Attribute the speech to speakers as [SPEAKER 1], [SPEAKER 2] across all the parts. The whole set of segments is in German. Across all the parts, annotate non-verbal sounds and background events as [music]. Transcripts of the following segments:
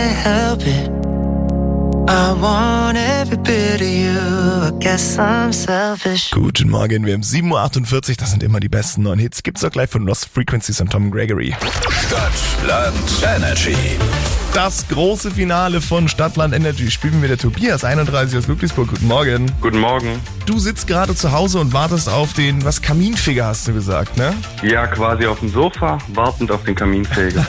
[SPEAKER 1] help it. I want every bit of you. I guess I'm selfish.
[SPEAKER 2] Guten Morgen, wir haben 7.48 Uhr, das sind immer die besten neuen Hits. Gibt's auch gleich von Lost Frequencies und Tom Gregory.
[SPEAKER 3] Stadtland Energy.
[SPEAKER 2] Das große Finale von Stadtland Energy spielen wir der Tobias 31 aus Ludwigsburg. Guten Morgen.
[SPEAKER 4] Guten Morgen.
[SPEAKER 2] Du sitzt gerade zu Hause und wartest auf den, was Kaminfeger hast du gesagt, ne?
[SPEAKER 4] Ja, quasi auf dem Sofa, wartend auf den [laughs] Kaminfeger.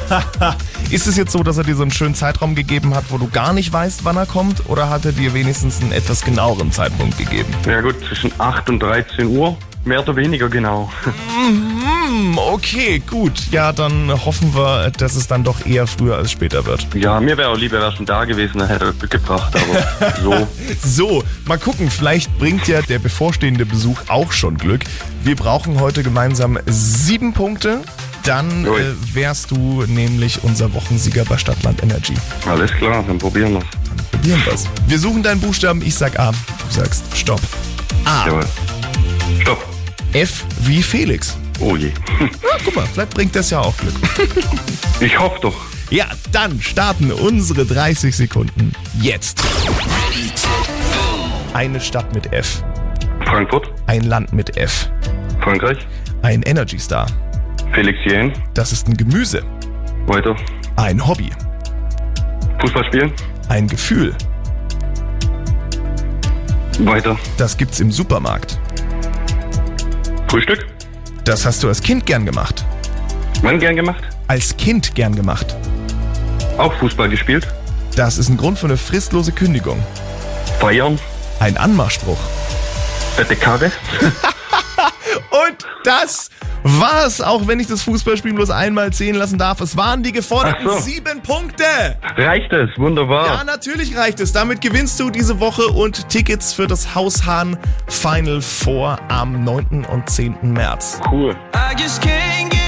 [SPEAKER 2] Ist es jetzt so, dass er dir so einen schönen Zeitraum gegeben hat, wo du gar nicht weißt, wann er kommt? Oder hat er dir wenigstens einen etwas genaueren Zeitpunkt gegeben?
[SPEAKER 4] ja gut, zwischen 8 und 13 Uhr, mehr oder weniger genau.
[SPEAKER 2] Hm, okay, gut. Ja, dann hoffen wir, dass es dann doch eher früher als später wird.
[SPEAKER 4] [laughs] Ja, mir wäre auch lieber, er wäre schon da gewesen, dann hätte er mitgebracht, [laughs] aber so.
[SPEAKER 2] So, mal gucken, vielleicht bringt ja der bevorstehende Besuch auch schon Glück. Wir brauchen heute gemeinsam sieben Punkte. Dann äh,
[SPEAKER 4] Ui.
[SPEAKER 2] wärst du nämlich unser Wochensieger bei Stadtland Energy.
[SPEAKER 4] Alles klar, dann probieren wir's.
[SPEAKER 2] Probieren wir's. Wir suchen deinen Buchstaben. Ich sag A. Du sagst Stopp.
[SPEAKER 4] Jawohl. Stopp.
[SPEAKER 2] F wie Felix.
[SPEAKER 4] Oh je. [laughs]
[SPEAKER 2] Na, guck mal, vielleicht bringt das ja auch Glück.
[SPEAKER 4] Ich hoffe doch.
[SPEAKER 2] Ja, dann starten unsere 30 Sekunden jetzt. Eine Stadt mit F.
[SPEAKER 4] Frankfurt,
[SPEAKER 2] Ein Land mit F.
[SPEAKER 4] Frankreich,
[SPEAKER 2] Ein Energy Star.
[SPEAKER 4] Felix Jähn,
[SPEAKER 2] Das ist ein Gemüse.
[SPEAKER 4] weiter.
[SPEAKER 2] Ein Hobby.
[SPEAKER 4] Fußball spielen,
[SPEAKER 2] Ein Gefühl.
[SPEAKER 4] weiter.
[SPEAKER 2] Das gibt's im Supermarkt.
[SPEAKER 4] Frühstück,
[SPEAKER 2] Das hast du als Kind gern gemacht.
[SPEAKER 4] wann gern gemacht,
[SPEAKER 2] Als Kind gern gemacht.
[SPEAKER 4] auch Fußball gespielt,
[SPEAKER 2] Das ist ein Grund für eine fristlose Kündigung.
[SPEAKER 4] feiern,
[SPEAKER 2] Ein Anmachspruch.
[SPEAKER 4] fette Karre.
[SPEAKER 2] Und das war's, auch wenn ich das Fußballspiel bloß einmal zählen lassen darf. Es waren die geforderten
[SPEAKER 4] Ach so. Ah.
[SPEAKER 2] sieben Punkte.
[SPEAKER 4] Reicht es,
[SPEAKER 2] Ja,
[SPEAKER 4] wunderbar.
[SPEAKER 2] natürlich reicht es. Damit gewinnst du diese Woche und Tickets für das Haushahn Final Four am 9. und 10. März.
[SPEAKER 4] Cool.
[SPEAKER 1] I just can't get